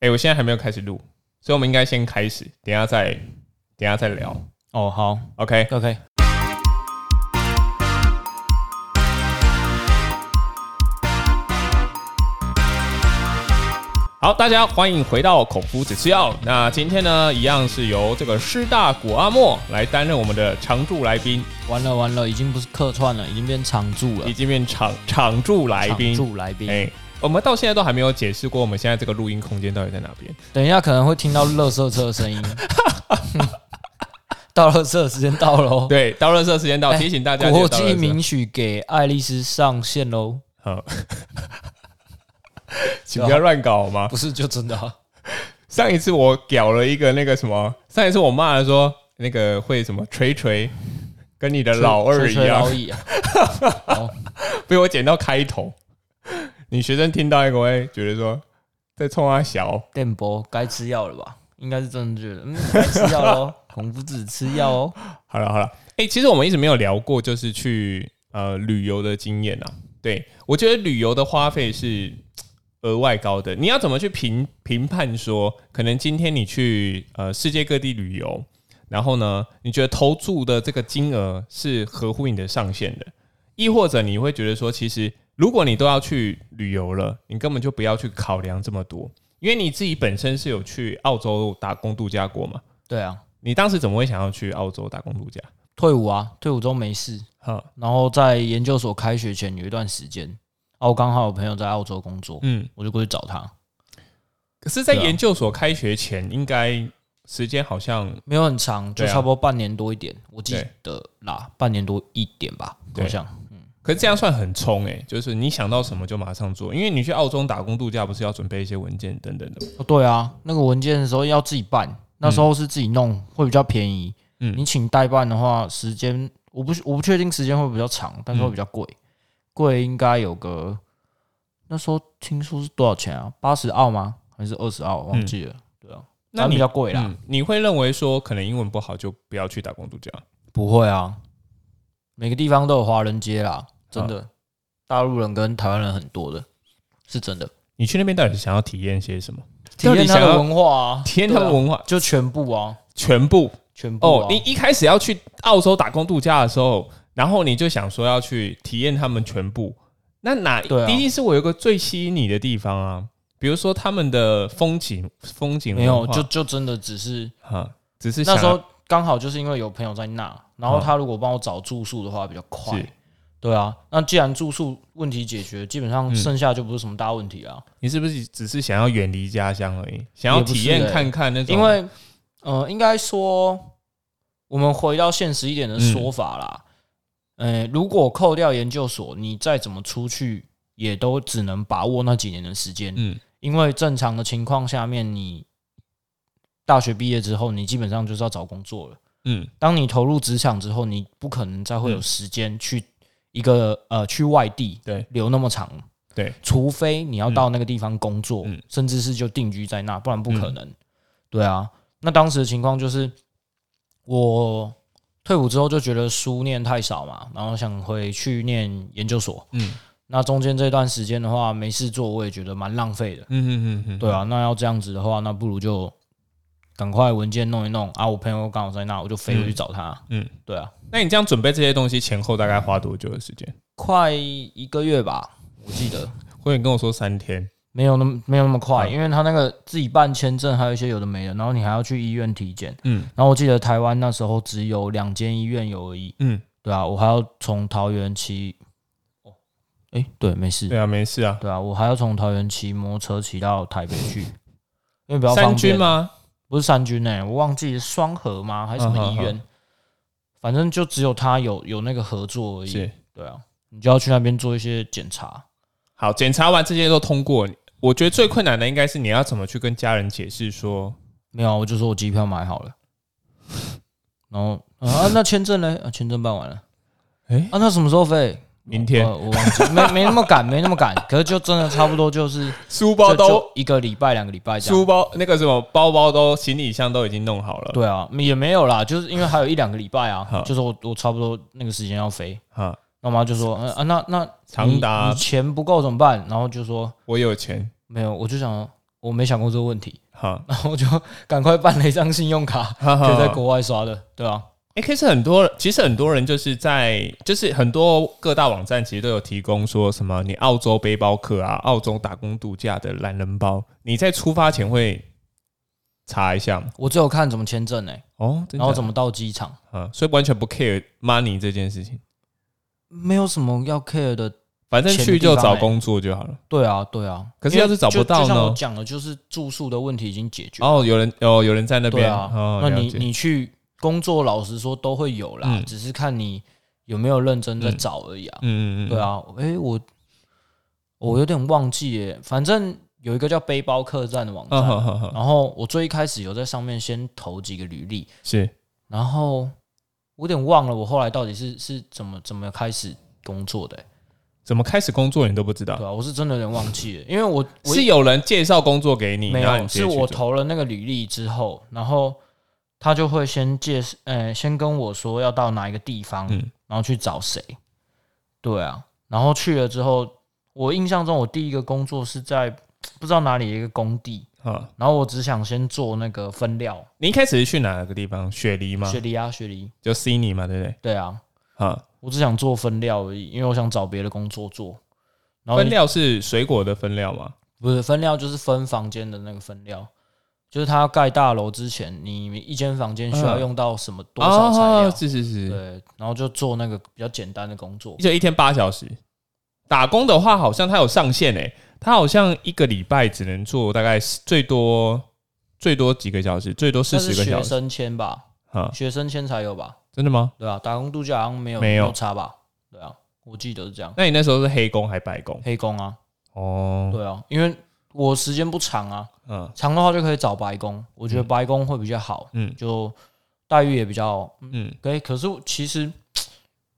哎、我现在还没有开始录，所以我们应该先开始，等一下再等一下再聊。哦，好 OK， ，OK，好，大家欢迎回到孔夫子吃药。那今天呢，一样是由这个师大古阿莫来担任我们的常驻来宾，完了完了，已经不是客串了，已经变常驻了已，经变常常驻来常宾。驻来宾。哎、我们到现在都还没有解释过，我们现在这个录音空间到底在哪边。等一下可能会听到垃圾车的 声音，到垃圾的时间到喽。对，到热色时间到，哎提醒大家国记得到垃圾际名曲给爱丽丝上线喽，好， 请不要乱搞好吗？不是就真的、啊？上一次我屌了一个那个什么，上一次我骂了说那个会什么锤锤，跟你的 老 二一吹吹样老，矣啊！好，被我剪到开头。你学生听到一个会觉得说在冲他小，电波该吃药了吧？应该是真的觉得，嗯，该吃 药喽，孔夫子吃药哦。好了好了，哎、其实我们一直没有聊过就是去呃旅游的经验啊。对我觉得旅游的花费是额外高的，你要怎么去评评判说，可能今天你去呃世界各地旅游，然后呢，你觉得投注的这个金额是合乎你的上限的，亦或者你会觉得说，其实如果你都要去旅游了，你根本就不要去考量这么多，因为你自己本身是有去澳洲打工度假过嘛。对啊，你当时怎么会想要去澳洲打工度假？退伍啊，退伍之后没事，哈，然后在研究所开学前有一段时间，啊，我刚好有朋友在澳洲工作，嗯，我就过去找他，可是，在对啊研究所开学前，应该时间好像没有很长，就对啊差不多半年多一点，我记对得啦，半年多一点吧，对好像可是这样算很冲哎、就是你想到什么就马上做，因为你去澳洲打工度假不是要准备一些文件等等的吗，哦对啊，那个文件的时候要自己办，那时候是自己弄会比较便宜，嗯你请代办的话，时间我不我不确定时间会比较长，但是会比较贵，贵应该有个那时候听说是多少钱啊？八十澳吗？还是二十澳？忘记了，对啊，那反正你比较贵啦，嗯你会认为说可能英文不好就不要去打工度假？不会啊，每个地方都有华人街啦，真的，啊大陆人跟台湾人很多的，是真的。你去那边到底想要体验些什么？体到底验他想要的文化啊，体验他们对啊文化、就全部啊，全部全部哦啊。。你一开始要去澳洲打工度假的时候，然后你就想说要去体验他们全部，那哪、对啊第一是我有个最吸引你的地方啊，比如说他们的风景，风景没有文，化就就真的只是啊，只是那时想要候刚好就是因为有朋友在那，然后嗯他如果帮我找住宿的话比较快是。对啊，那既然住宿问题解决，基本嗯上剩下就不是什么大问题啊。你是不是只是想要远离家乡而已，想要体验看看那种？因为，呃，应该说，我们回到现实一嗯点的说法啦，呃，如果扣掉研究所，你再怎么出去，也都只能把握那几年的时间，嗯，因为正常的情况下面，你大学毕业之后，你基本上就是要找工作了。嗯当你投入职场之后，你不可能再会有嗯时间去一个呃去外地对留那么长，对，除非你要到那个地方工作，嗯甚至是就定居在那，不然不可能。对啊，那当时的情况就是我退伍之后就觉得书念太少嘛，然后想回去念研究所。嗯那中间这段时间的话，没事做，我也觉得蛮浪费的。嗯嗯嗯嗯，对啊，那要这样子的话，那不如就赶快文件弄一弄啊！我朋友刚好在那，我就飞过去找他。嗯嗯嗯，对啊，那你这样准备这些东西前后大概花多久的时间？快一个月吧，我记得或者你跟我说三天，没有那么没有那么快，嗯因为他那个自己办签证，还有一些有的没的，然后你还要去医院体检。嗯然后我记得台湾那时候只有两间医院有而已。嗯，对啊，我还要从桃园骑，哦，哎、对，没事。对啊，没事啊。对啊，我还要从桃园骑摩托车骑到台北 去，因为比较方三便军。吗？不是三军哎、我忘记是双河吗？还是什么医院？嗯反正就只有他有有那个合作而已是。。对啊，你就要去那边做一些检查。好，检查完这些都通过，我觉得最困难的应该是你要怎么去跟家人解释说，没有啊，我就说我机票买好了，然后啊，那签证呢？啊，签证办完了。哎啊，那什么时候飞？呃明天我我忘记，没没那么赶，没那么赶。可是就真的差不多 就是书包就都就一个礼拜、两个礼拜这样。书包那个什么包包都行李箱都已经弄好了，对啊，也没有啦，就是因为还有一两个礼 拜好啊，就是我我差不多那个时间要飞。啊，那我妈就说：“嗯啊，那那长你达你钱不够怎么办？”然后就说我有钱，：“没有。”我就想说我没想过这个问题，哈，然后就 赶快办了一张信 用卡，哈可以啊在哈。国外刷的，对啊，哎，可是很多，其实很多人就是在，就是很多各大网站其实都有提供说什么，你澳洲背包客啊，澳洲打工度假的懒人包，你在出发前会查一下吗？我只有看怎么签证哎、哦，真然后假怎么到机场，啊，所以完全不 care money 这件事情，没有什么要 care 的。反正钱去的地就方找欸工作就好了。对啊，对啊。可是因为要是找不就到就像我呢讲的，就是住宿的问题已经解决。哦，有人哦，有人在那对边，啊，哦、那了你解你去工作，老实说都会有啦，嗯只是看你有没有认真在找而已啊。嗯嗯嗯，对，啊，诶，我我有点忘记耶，反正有一个叫背包客栈的网站，嗯好好好，然后我最一开始有在上面先投几个履历，是然后我有点忘了我后来到底是是怎么怎么开始工作的耶、怎么开始工作你都不知道对，啊，我是真的有点忘记了，因为我我是有人介绍工作给你，没然后你有，直是接我去做投了那个履历之后，然后他就会先介绍，呃，先跟我说要到哪一个地方，嗯然后去找谁。对啊，然后去了之后，我印象中我第一个工作是在不知道哪里的一个工地，啊。然后我只想先做那个分料，你一开始是去哪个地方？雪梨吗雪？梨啊，雪梨，就 Sydney 嘛，对不对？对啊，啊，我只想做分料而已，因为我想找别的工作做。然后分料是水果的分料吗？不是分料，就是分房间的那个分料，就是他要盖大楼之前，你一间房间需要嗯用到什么多少材料，哦是是是，对，然后就做那个比较简单的工作，就一天八小时。打工的话，好像它有上限诶、它好像一个礼拜只能做大概10最多最多几个小时，最多四但十是个学小时生签吧，啊？学生签才有吧，真的吗？对啊，打工度假好像没有没有差吧，对啊，我记得是这样，那你那时候是黑工还白工？黑工啊，哦，对啊，因为我时间不长啊，嗯长的话就可以找白工，我觉得白工会比较好，嗯就待遇也比较嗯，可以，可是其实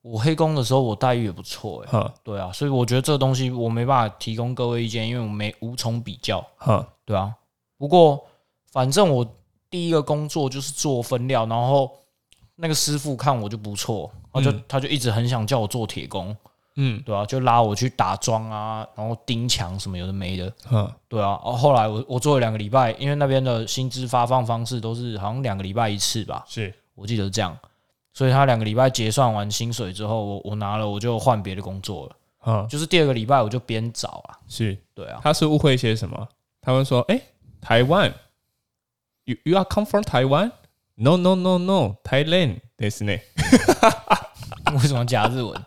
我黑工的时候我待遇也不错哎、哈对啊，所以我觉得这个东西我没办法提供各位意见，因为我没无从比较。哈，对啊，不过反正我第一个工作就是做分料，然后那个师傅看我就不错，他就、嗯他就一直很想叫我做铁工，嗯对啊，就拉我去打桩啊，然后钉墙什么有的没的，哈，对啊。哦，后来我我做了两个礼拜，因为那边的薪资发放方式都是好像两个礼拜一次吧，是我记得这样，所以他两个礼拜结算完薪水之后，我我拿了我就换别的工作了，哈就是第二个礼拜我就边找啊，是，对啊， 他是误会一些什么？他们说，哎、台湾，you you are come from 台湾？No no no no Thailand，ですね。为什么加日文？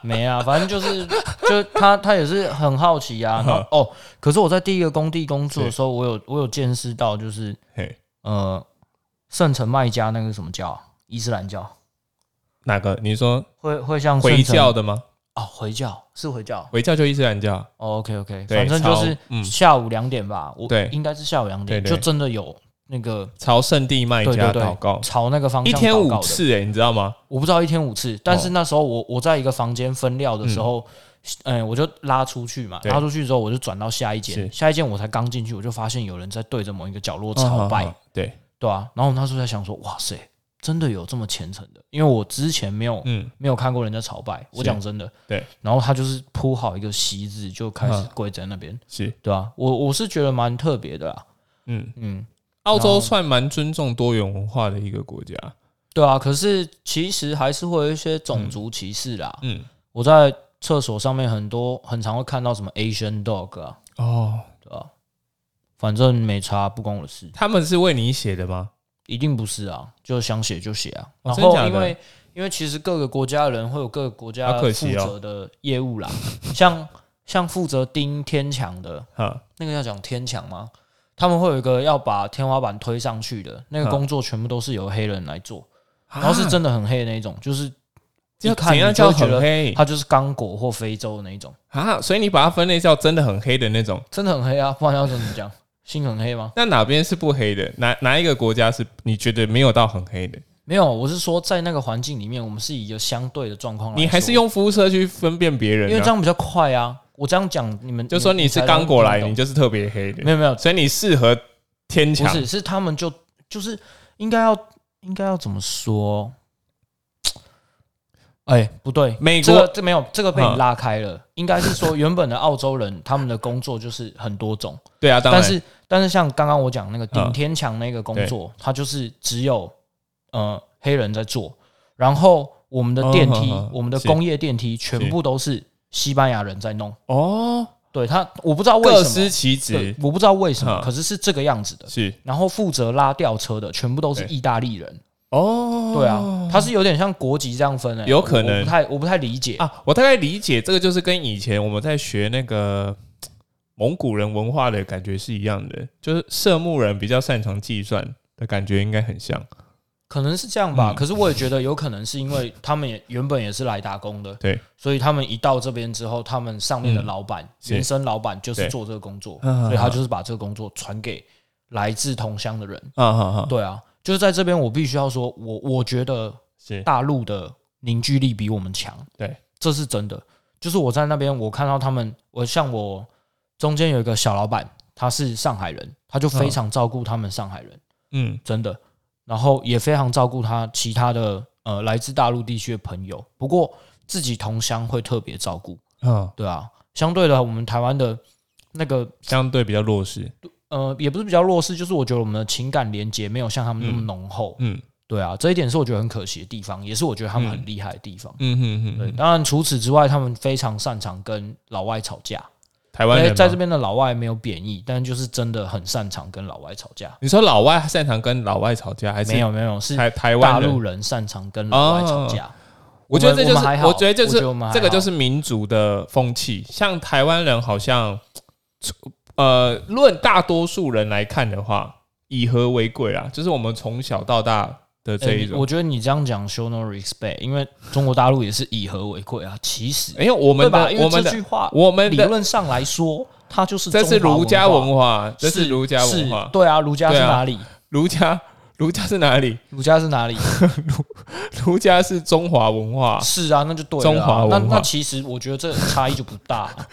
没啊，反正就是，就他他也是很好奇嗯啊。然后哦，可是我在第一个工地工作的时候，我有我有见识到，就是嘿，呃，圣城卖家那个什么教啊，伊斯兰教哪个？你说会会像圣城回教的吗？哦，回教是回教。回教就伊斯兰教，哦、OK OK，对反正就是朝嗯下午两点吧，我对应该是下午两点，对对就真的有那个朝圣地卖对家对对祷告，朝那个方一向天祷五告的。次、哎，你知道吗？我不知道一天五次，但是哦那时候我我在一个房间分料的时候，嗯、我就拉出去嘛，对拉出去之后我就转到下一间，是下一间我才刚进去，我就发现有人在对着某一个角落朝拜，嗯好好对，对啊，然后我那时候在想说，哇塞，真的有这么虔诚的？因为我之前没有、嗯，没有看过人家朝拜，我讲真的，对，嗯然后他就是铺好一个席子就开始跪在那边，是，对啊，我我是觉得蛮特别的啦，嗯，嗯，澳洲算蛮尊重多元文化的一个国家，对啊，可是其实还是会有一些种族歧视啦，嗯，我在厕所上面很多很常会看到什么 Asian dog 啊，哦，对吧、反正没差，不关我的事，他们是为你写的吗？一定不是啊，就想写就写啊。哦然真的后假的因为因为其实各个国家的人会有各个国家好可负惜哦责的业务啦，像像负责钉天墙的哈，那个要讲天墙吗？他们会有一个要把天花板推上去的那个嗯工作，全部都是由黑人来做，然后是真的很黑的那一种，就是要一啊看怎你样就叫会觉很得黑他就是刚果或非洲的那一种。啊？所以你把它分类叫真的很黑的那种。真的很黑啊，不然要怎么讲？心很黑吗？那哪边是不黑的？哪哪一个国家是你觉得没有到很黑的？没有，我是说在那个环境里面，我们是以一个相对的状况来说。你还是用肤色去分辨别人、啊，哦因为这样比较快啊。我这样讲，你们就说你是刚过果来，你就是特别黑的，没有没有，所以你适合天不强。是是他们就就是应该要应该要怎么说？哎，不对，美这国个这没有这个被你嗯拉开了，应该是说原本的澳洲人他们的工作就是很多种，对啊，当但然是但是像刚刚我讲那个顶嗯天墙那个工作，它就是只有呃黑人在做，然后我们的电梯嗯嗯嗯，我们的是工业电梯全部都是西班牙人在弄，哦，对他我不知道为各什司么，其对职，我不知道为什么，嗯可是是这个样子的。是然后负责拉吊车的全部都是对意大利人，哦，对啊，他是有点像国籍这样分诶、欸有可能我不太我不太理解。啊，我大概理解这个，就是跟以前我们在学那个嘖蒙古人文化的感觉是一样的，就是色目人比较擅长计算的感觉，应该很像。可能是这样吧，嗯可是我也觉得有可能是因为他们也原本也是来打工的，对，所以他们一到这边之后，他们上面的嗯老板、是原生老板就是对做这个工作，嗯所以他就是把这个工作传给来自同乡的人。啊哈哈，对啊，就是在这边，我必须要说，我我觉得是大陆的凝聚力比我们强，对，这是真的。就是我在那边，我看到他们，我像我中间有一个小老板，他是上海人，他就非嗯常照顾他们上海人。嗯，真的。然后也非常照顾他其他的呃来自大陆地区的朋友，不过自己同乡会特别照顾，啊，对啊。相对的，我们台湾的那个相对比较弱势，呃，也不是比较弱势，就是我觉得我们的情感连接没有像他们那么浓厚，嗯对啊，这一点是我觉得很可惜的地方，也是我觉得他们很厉害的地方。嗯嗯对，嗯，当然除此之外，他们非常擅长跟老外吵架。台湾人哎吗在这，边的老外没有贬义，但就是真的很擅长跟老外吵架。你说老外擅长跟老外吵架，还是没有没有，是台台大湾人陆？人擅长跟老外吵架。我觉得这们就是，们还好我觉得就是我们还这好个就是民族的风气。像台湾人好像，呃，论大多数人来看的话，以和为贵啊，就是我们从小到大的这一欸我种。觉得你这样讲 show no respect，因为中国大陆也是以和为贵啊。其实，因为哎我对们吧？的因为我这们句的话，我们理的论上来说，它就是这是中华儒家文文化，化，这是儒家文是化。对啊，儒家是对啊哪里？儒家儒家是哪里？儒家是 哪里？儒家是中华文化。是啊，那就对了啊。中华文化那那其实我觉得这差异就不大 啊。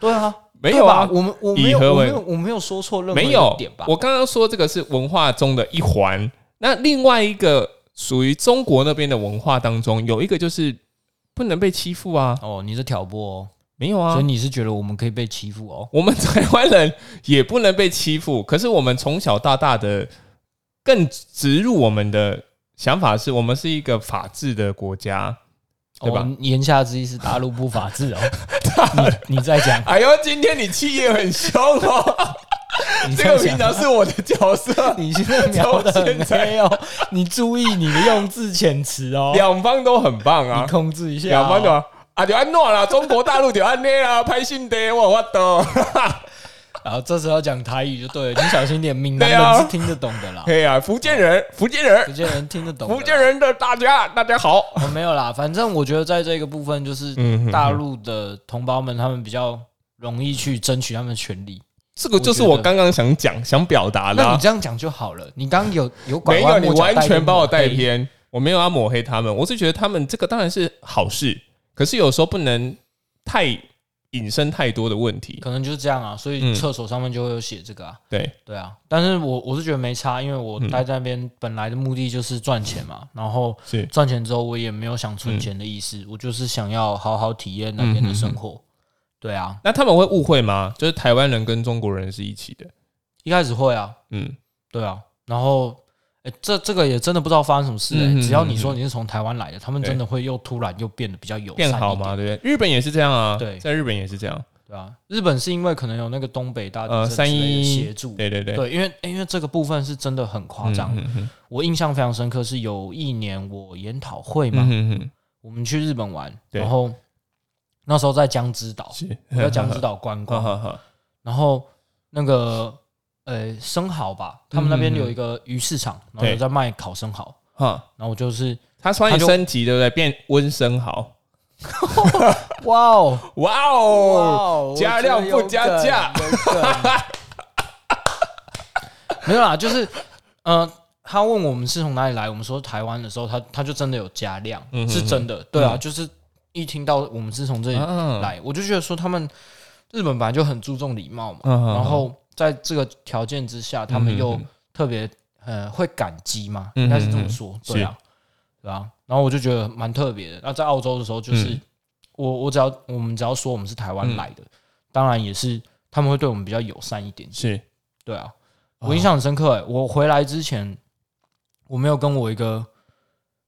对啊，没有啊对吧我们我没以有和我没为有我没有说错任何没一有个点吧？我刚刚说这个是文化中的一环，那另外一个属于中国那边的文化当中，有一个就是不能被欺负啊，哦，你是挑拨没有哦，啊所以，你是觉得我们可以被欺负哦？我们台湾人也不能被欺负，可是我们从小到大的更植入我们的想法是，我们是一个法治的国家，对吧哦言下之意是大陆不法治哦。你你在讲， 哎呦，今天你气也很凶 哦，你这在个讲平常是我的角 色，你现在描的很从现在黑哦，你注意你的用字遣词哦，两方都很棒啊你，控制一下、哦。两方都啊啊就安诺啦，中国大陆就安内啦，拍信的我我懂。 然后这时候讲台语就对了，你小心点，闽南对啊人是听得懂的啦，对呀、福建人，福建福人，建人听得懂的啦。福建人的大家，大家好。哦没有啦，反正我觉得在这个部分就是嗯哼大陆的同胞们，他们比较容易去争取他们的权利。这个就是我刚刚想讲、想表达的、那你啊。这样讲就好了，你刚刚有有拐没有，弯你抹角完带全点把我带黑。偏。我没有要抹黑他们，我是觉得他们这个当然是好事，可是有时候不能太引申太多的问题。可能就是这样啊，所以嗯厕所上面就会有写这个啊。对，对啊，但是我我是觉得没差，因为嗯我待在那边本来的目的就是赚钱嘛，然后是嗯赚钱之后我也没有想存钱的意思，我就是想要好好体验那边的生活。对啊，那他们会误会吗？就是台湾人跟中国人是一起的。一开始会啊，嗯，对啊，然后。诶这这个也真的不知道发生什么事、诶嗯哼只要你嗯说你是从台湾来的，他们对真的会又突然又变得比较友善变好哦一点嘛，对不对？日本也是这样啊。对在日本也是这样。对啊，日本是因为可能有那个东北大地呃震之类的311协助，对对对，对，因为因为这个部分是真的很夸嗯张，嗯嗯我印象非常深刻，是有一年我研讨会嘛，嗯嗯嗯，我们去日本玩，对然后那时候在江之岛，是嗯我在江之岛观哈光，哈哈，然后那个呃生蚝吧，他们那边嗯嗯嗯有一个鱼市场，然后嗯对有在卖烤生蚝，哈。然后我 就是他帮他你就升级，对不对？变温生蚝，哇哦哇哦！加料不加价，没有啦，就是呃，他问我们是从哪里来，我们说台湾的时候，他他就真的有加量，嗯哼是真的，对啊，就是一听到我们是从这里嗯来，我就觉得说他们日本本来就很注重礼貌嘛，嗯然后在这个条件嗯之下，他们又特别呃会感激嘛，应该是这么说，对啊。对吧、然后我就觉得蛮特别的。那在澳洲的时候，就是、嗯我我只要我们只要说我们是台湾来的，当然也是他们会对我们比较友善一点。是对啊，哦我印象很深刻、欸。我回来之前，我没有跟我一个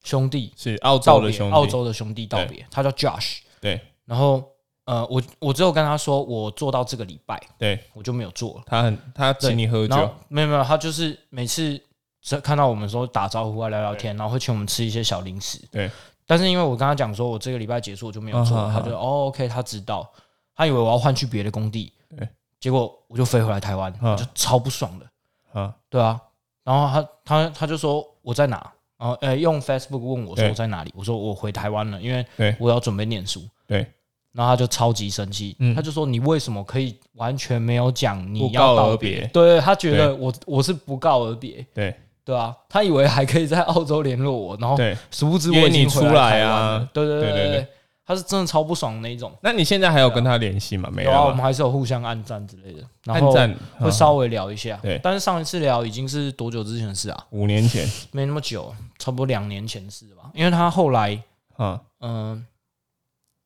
兄弟是澳道洲的别兄，弟，澳洲的兄弟道别，他叫 Josh。对然后呃，我我只有跟他说我做到这个礼拜，对，我就没有做了。他很他请你喝然后酒，没有没有，他就是每次只看到我们说打招呼啊聊聊天，然后会请我们吃一些小零食。对，但是因为我跟他讲说我这个礼拜结束我就没有做了，啊哈哈他就哦 OK，他知道，他以为我要换去别的工地对，结果我就飞回来台湾，啊我就超不爽的。啊，对啊，然后他他他就说我在哪，然后呃用 Facebook 问我说对我在哪里，我说我回台湾了，因为对我要准备念书。对，然后他就超级生气，嗯他就说你为什么可以完全没有讲你不要告道而别对他觉得我我是不告而别，对对啊，他以为还可以在澳洲联络我，然后对。殊不知我约已你经出回来来啊台湾了对对对对对对对，他是真的超不爽的那一种。那你现在还有跟他联系吗？没有啊，我了们吗，还是有互相暗赞之类的，然暗后战会稍微聊一下。对但是上一次聊已经是多久之前的事啊？五年前没那么久，差不多两年前的事吧。因为他后来，啊，嗯、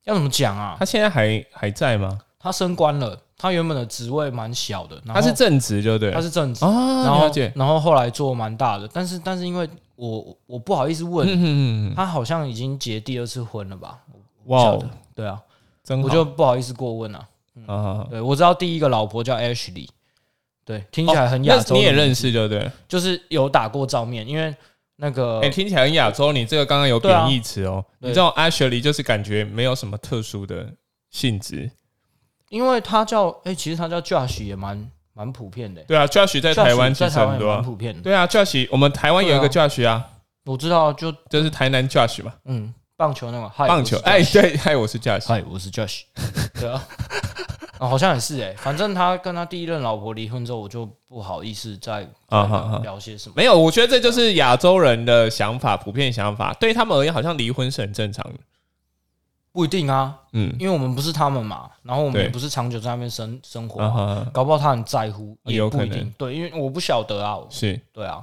要怎么讲啊他？现在还还在吗？他升官了，他原本的职位蛮小的，然他后是正职，就对了他是正职，啊，然后了解，然后后来做蛮大的，但是但是因为我我不好意思问，嗯嗯嗯嗯，他好像已经结第二次婚了吧？哇不晓哦得，对啊，真好我就不好意思过问啊。啊，对，我知道第一个老婆叫 Ashley，对，听起来很亚洲的名字、哦呃那你也认识，就对了。就是有打过照面，因为那个、哎，听起来很亚洲，你这个刚刚有对啊贬义词哦。对你知道 Ashley 就是感觉没有什么特殊的性质，因为他叫哎、其实他叫 Josh 也蛮蛮普遍的、对啊，Josh 在台湾在其实台湾很也多蛮啊，普遍的。对啊，Josh 我们台湾有一个 Josh 啊，我知道，就就是台南 Josh 嘛，嗯，棒球那个嗨棒球，哎，，对，嗨，我是 Josh，嗨，我是 Josh，对 啊，啊好像也是哎、反正他跟他第一任老婆离婚之后，我就不好意思再啊哈哈聊些什么。没有，我觉得这就是亚洲人的想法，普遍想法，对他们而言，好像离婚是很正常的。不一定啊，嗯，因为我们不是他们嘛，然后我们对也不是长久在那边生生活啊啊，哈，搞不好他很在乎，也有不可一定能。对，因为我不晓得啊，是，对啊，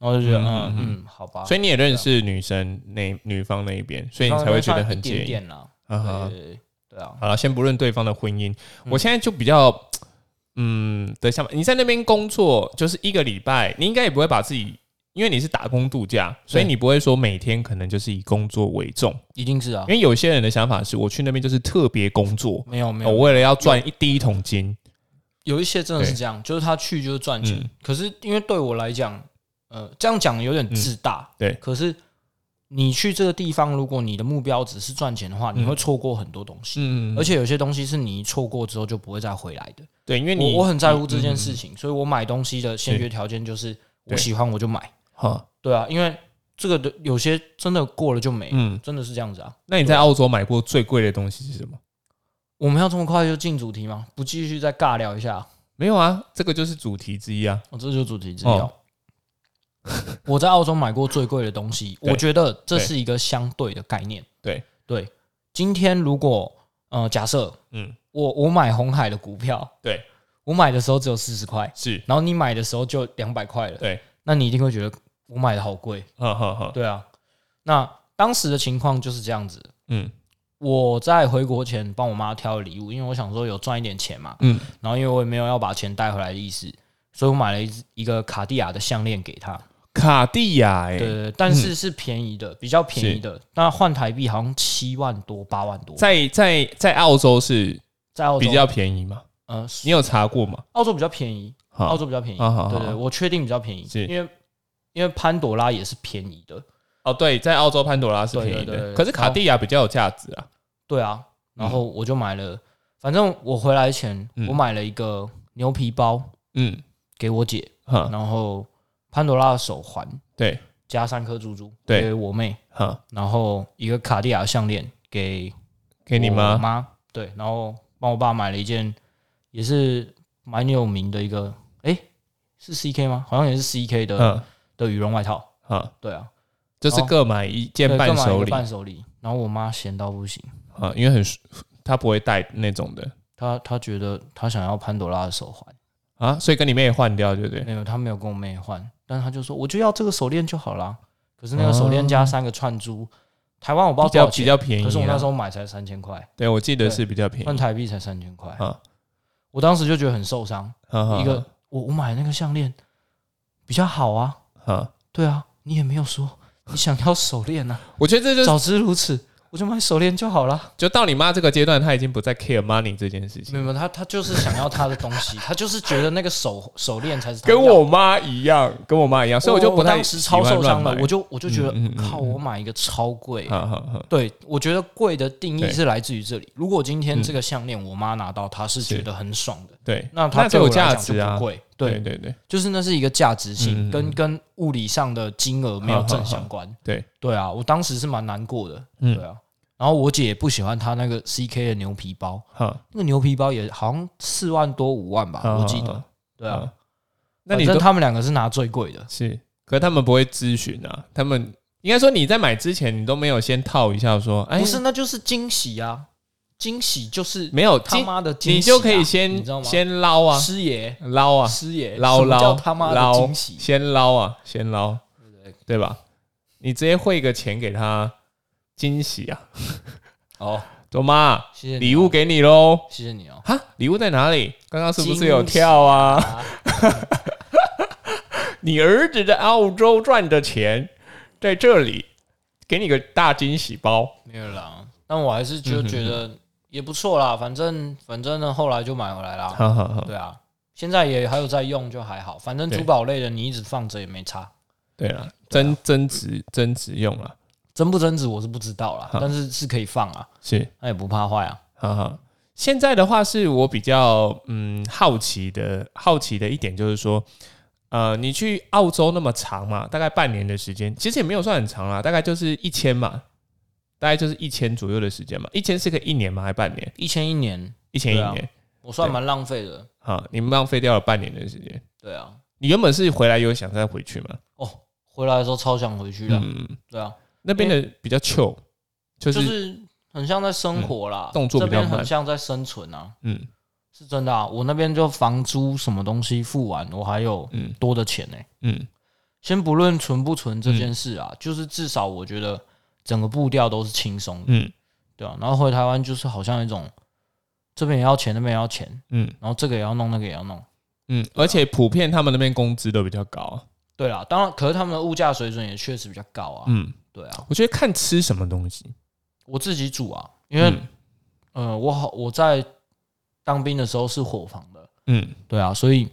然后就觉得嗯嗯嗯嗯，好吧，所以你也认识女生那女方那一边，所以你才会觉得很介一点意。点啦，啊哈对，对对对啊，好了，先不论对方的婚姻，我现在就比较嗯的想法，你在那边工作就是一个礼拜，你应该也不会把自己。因为你是打工度假，所以对你不会说每天可能就是以工作为重。一定是啊因，为有些人的想法是我去那边就是特别工作，没有没有哦我，为了要赚一第一桶金。有一些真的是这样，就是他去就是赚钱，嗯可是因为对我来讲，呃，这样讲有点自大，嗯对可是你去这个地方，如果你的目标只是赚钱的话，你会错过很多东西，嗯，而且有些东西是你一错过之后就不会再回来的。对，因为你我我很在乎这件事情，所以我买东西的先决条件就是我对喜欢我就买，哈，对啊，因为这个的有些真的过了就没，嗯，真的是这样子啊。那你在澳洲买过最贵的东西是什么？我们要这么快就进主题吗？不继续再尬聊一下？没有啊，这个就是主题之一啊。哦，这就是主题之一哦哦。 我在澳洲买过最贵的东西，对我觉得这是一个相对的概念。对对，今天如果呃，假设嗯，我我买红海的股票，对，我买的时候只有四十块，是，然后你买的时候就两百块了，对，那你一定会觉得我买的好贵。哈哈哈，对啊，那当时的情况就是这样子。嗯我在回国前帮我妈挑了礼物，因为我想说有赚一点钱嘛，嗯，然后因为我也没有要把钱带回来的意思，所以我买了一只一个卡地亚的项链给她。卡地亚哎、对对，对但是是便宜的，比较便宜是的。那换台币好像七万多、八万多，在在在在澳洲是澳洲比较便宜嘛？呃，你有查过吗？澳洲比较便宜，哈澳洲比较便宜。啊好对好对，好我确定比较便宜，是因为因为潘朵拉也是便宜的。哦，对，在澳洲潘多拉是便宜的，对对对对可是卡地亚比较有价值啊。对啊，然后我就买了，反正我回来前嗯我买了一个牛皮包嗯，给我姐，哈，然后潘朵拉的手环对，加三颗珠珠对给我妹，哈，然后一个卡地亚项链给给你我吗？妈对，然后帮我爸买了一件也是蛮有名的一个，哎、是 CK 吗？好像也是 CK 的、嗯，的羽绒外套。哈，对啊，就是哦各买一件对伴各买一手个礼伴手礼。然后我妈闲到不行，啊，因为很他不会带那种的她她觉得她想要潘朵拉的手环，啊，所以跟你妹换掉，对不对？没有，她没有跟我妹换，但是她就说我就要这个手链就好啦。可是那哦个手链加三个串珠，台湾我不知道比较多少比钱，较便宜啊。可是我那时候买才三千块，对我记得是比较便换宜台币才三千块，啊，我当时就觉得很受伤。一一个我我买那个项链比较好啊，啊，对啊，你也没有说你想要手链 啊，我觉得这就是早知如此，我就买手链就好了。就到你妈这个阶段，她已经不再 care money 这件事没 情，有，没有他他就是想要他的东西， 他就是觉得那个手手链才是他跟要的我妈一样，跟我妈一样，所以我就不太当时超受伤了，就我就我就觉得嗯嗯嗯嗯靠，我买一个超贵。好好好，对，我觉得贵的定义对是来自于这里。如果今天嗯这个项链我妈拿到，她是觉是得很爽的，对，那它就对我有来价讲就值不啊，贵。对对，对对就是那是一个价值性，嗯嗯跟嗯跟物理上的金额没有正相关。 对，对啊，我当时是蛮难过的。嗯对啊，然后我姐也不喜欢她那个 CK 的牛皮包，好，那个牛皮包也好像四万多五万吧，好啊我记。好得好。对啊，啊嗯那你反都正他们两个是拿最贵的。是，可是他们不会咨询啊，他们应该说你在买之前，你都没有先套一下说，哎，不是，那啊就是惊喜啊！惊喜就是没有，他今妈的惊喜啊、你就可以你先知道吗？先捞啊，师爷，捞啊，师爷，捞什么叫捞他妈的捞惊，喜，先捞啊，先捞对，对吧？你直接汇个钱给他，惊喜啊！哦，走妈，谢谢你哦礼物，给你喽！谢谢你哦。哈，礼物在哪里？刚刚是不惊是喜有跳啊？ 啊你儿子在澳洲赚的钱，在这里给你个大惊喜包。没有啦，但我还是就觉得也不错啦，反正反正呢，后来就买回来啦。好好好，对啊，现在也还有在用，就还好。反正对珠宝类的你一直放着也没差，啊对了，增增值增值用啊了，增不增值我是不知道啦，好但是是可以放啊，是，那也不怕坏啊。哈哈。现在的话，是我比较嗯好奇的，好奇的一点就是说，呃，你去澳洲那么长嘛，大概半年的时间，其实也没有算很长啦，大概就是一千嘛，大概就是一千左右的时间嘛，一千是个一年吗？还半年？一千一年，一千一对啊年我算对蛮浪费的。啊，你们浪费掉了半年的时间。对啊，你原本是回来有想再回去吗？哦，回来的时候超想回去的。嗯，对啊，那边的比较 chill，就嗯就是是很像在生活啦，动作这比较边慢很像在生存啊，嗯是真的啊。我那边就房租什么东西付完，我还有嗯多的钱呢、嗯先不论存不存这件事啊，就是至少我觉得整个步调都是轻松的，嗯对啊。然后回台湾就是好像一种这边也要钱，那边也要钱，嗯然后这个也要弄，那个也要弄。嗯，而且普遍他们那边工资都比较高啊。对啦，当然，可是他们的物价水准也确实比较高啊。嗯，对啊，我觉得看吃什么东西，我自己煮啊，因为、嗯呃，我好我在当兵的时候是伙房的，嗯对啊，所以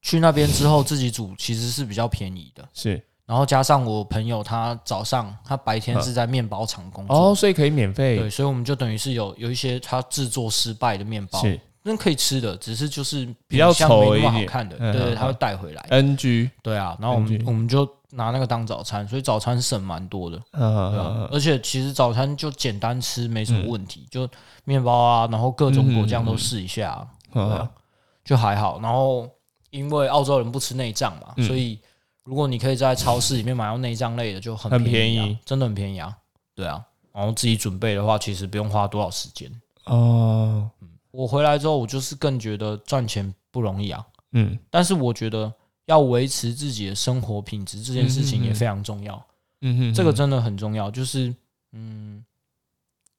去那边之后自己煮其实是比较便宜的。是然后加上我朋友他早上他白嗯天是在面包厂工作，哦，所以可以免对，费所以我们就等于是有有一些他制作失败的面包，是那可以吃的，只是就是比较像丑没那么一好点看的，嗯对对，嗯他会嗯带回来， NG 对啊，然后我根们据我们就拿那个当早餐，所以早餐省蛮多嗯的，对啊啊，，而且其实早餐就简单吃没什么嗯问题，就面包啊，然后各种果酱都试一下啊，对啊啊，就还好。然后因为澳洲人不吃内脏嘛，嗯所以如果你可以在超市里面买到内脏类的，就很很便宜啊，便宜真的很便宜啊。对啊，然后自己准备的话，其实不用花多少时间。哦，我回来之后，我就是更觉得赚钱不容易啊，嗯但是我觉得要维持自己的生活品质这件事嗯情嗯嗯也非常重要，嗯哼，这个真的很重要。就是嗯，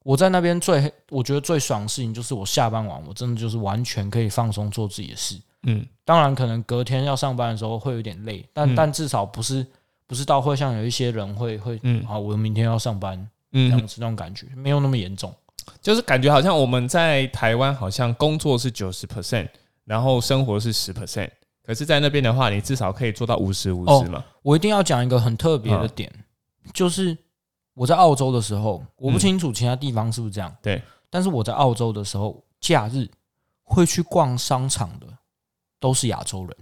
我在那边最我觉得最爽的事情就是我下班完，我真的就是完全可以放松做自己的事。嗯当然，可能隔天要上班的时候会有点累，但、嗯但至少不是不是到会像有一些人会会、嗯啊，我明天要上班这嗯样，子那种感觉，没有那么严重。就是感觉好像我们在台湾好像工作是九十 percent，然后生活是十 percent，可是，在那边的话，你至少可以做到五十五哦十嘛。我一定要讲一个很特别的嗯点，就是我在澳洲的时候，我不清楚其他地方是不是这样，嗯对，但是我在澳洲的时候，假日会去逛商场的都是亚洲人，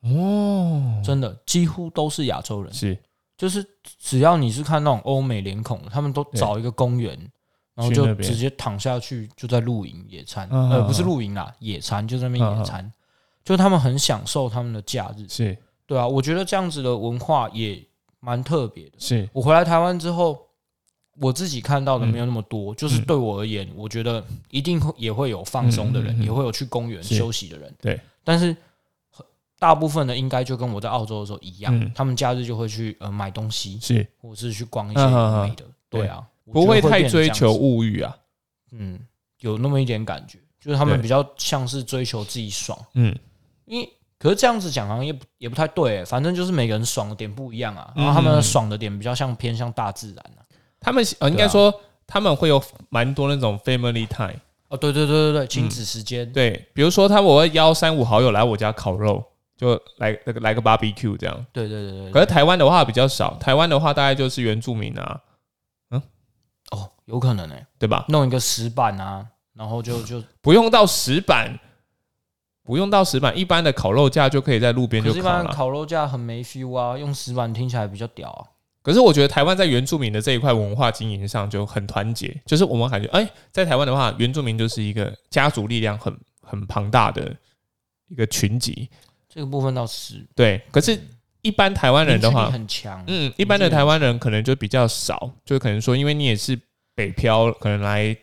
哦，真的几乎都是亚洲人，是就是只要你是看那种欧美脸孔的，他们都找一个公园，然后去就那边直接躺下去就在露营野餐，嗯呃，嗯不是嗯露营啦，野餐就在那边嗯野嗯餐，就他们很享受他们的假日，是对啊，我觉得这样子的文化也蛮特别的。是，我回来台湾之后，我自己看嗯到的没有那么多，就是对我而言，我觉得一定会也会有放松的人，嗯嗯嗯嗯也会有去公园是休息的人，对。但是大部分的应该就跟我在澳洲的时候一样，嗯他们假日就会去呃买东西，是或是去逛一些嗯嗯嗯美的。对啊，我不觉得会会太变成这追样求子，物欲啊。嗯，有那么一点感觉，就是他们对比较像是追求自己爽。嗯，因为可是这样子讲好像也不也不太对、欸，反正就是每个人爽的点不一样啊，嗯然后他们的爽的点比较像偏向大自然啊。他们呃，应该说他们会有蛮多那种 family time。哦，对对对对对，亲子时间，嗯对，比如说他们我会邀三五好友来我家烤肉，就来那个来个 barbecue 这样。对对对对可对，是台湾的话比较少，台湾的话大概就是原住民啊，哦，有可能哎、对吧？弄一个石板啊，然后就 就，不用到石板，不用到石板，一般的烤肉架就可以在路边可就是一烤般了。烤肉架很没 feel 啊，用石板听起来比较屌啊。可是我觉得台湾在原住民的这一块文化经营上就很团结，就是我们感觉，哎、在台湾的话，原住民就是一个家族力量很很庞大的一个群集，这个部分倒是，对。可是，一般台湾人的凝聚力话，很强，嗯，嗯，一般的凝聚力台湾人可能就比较少，就可能说，因为你也是北漂，可能来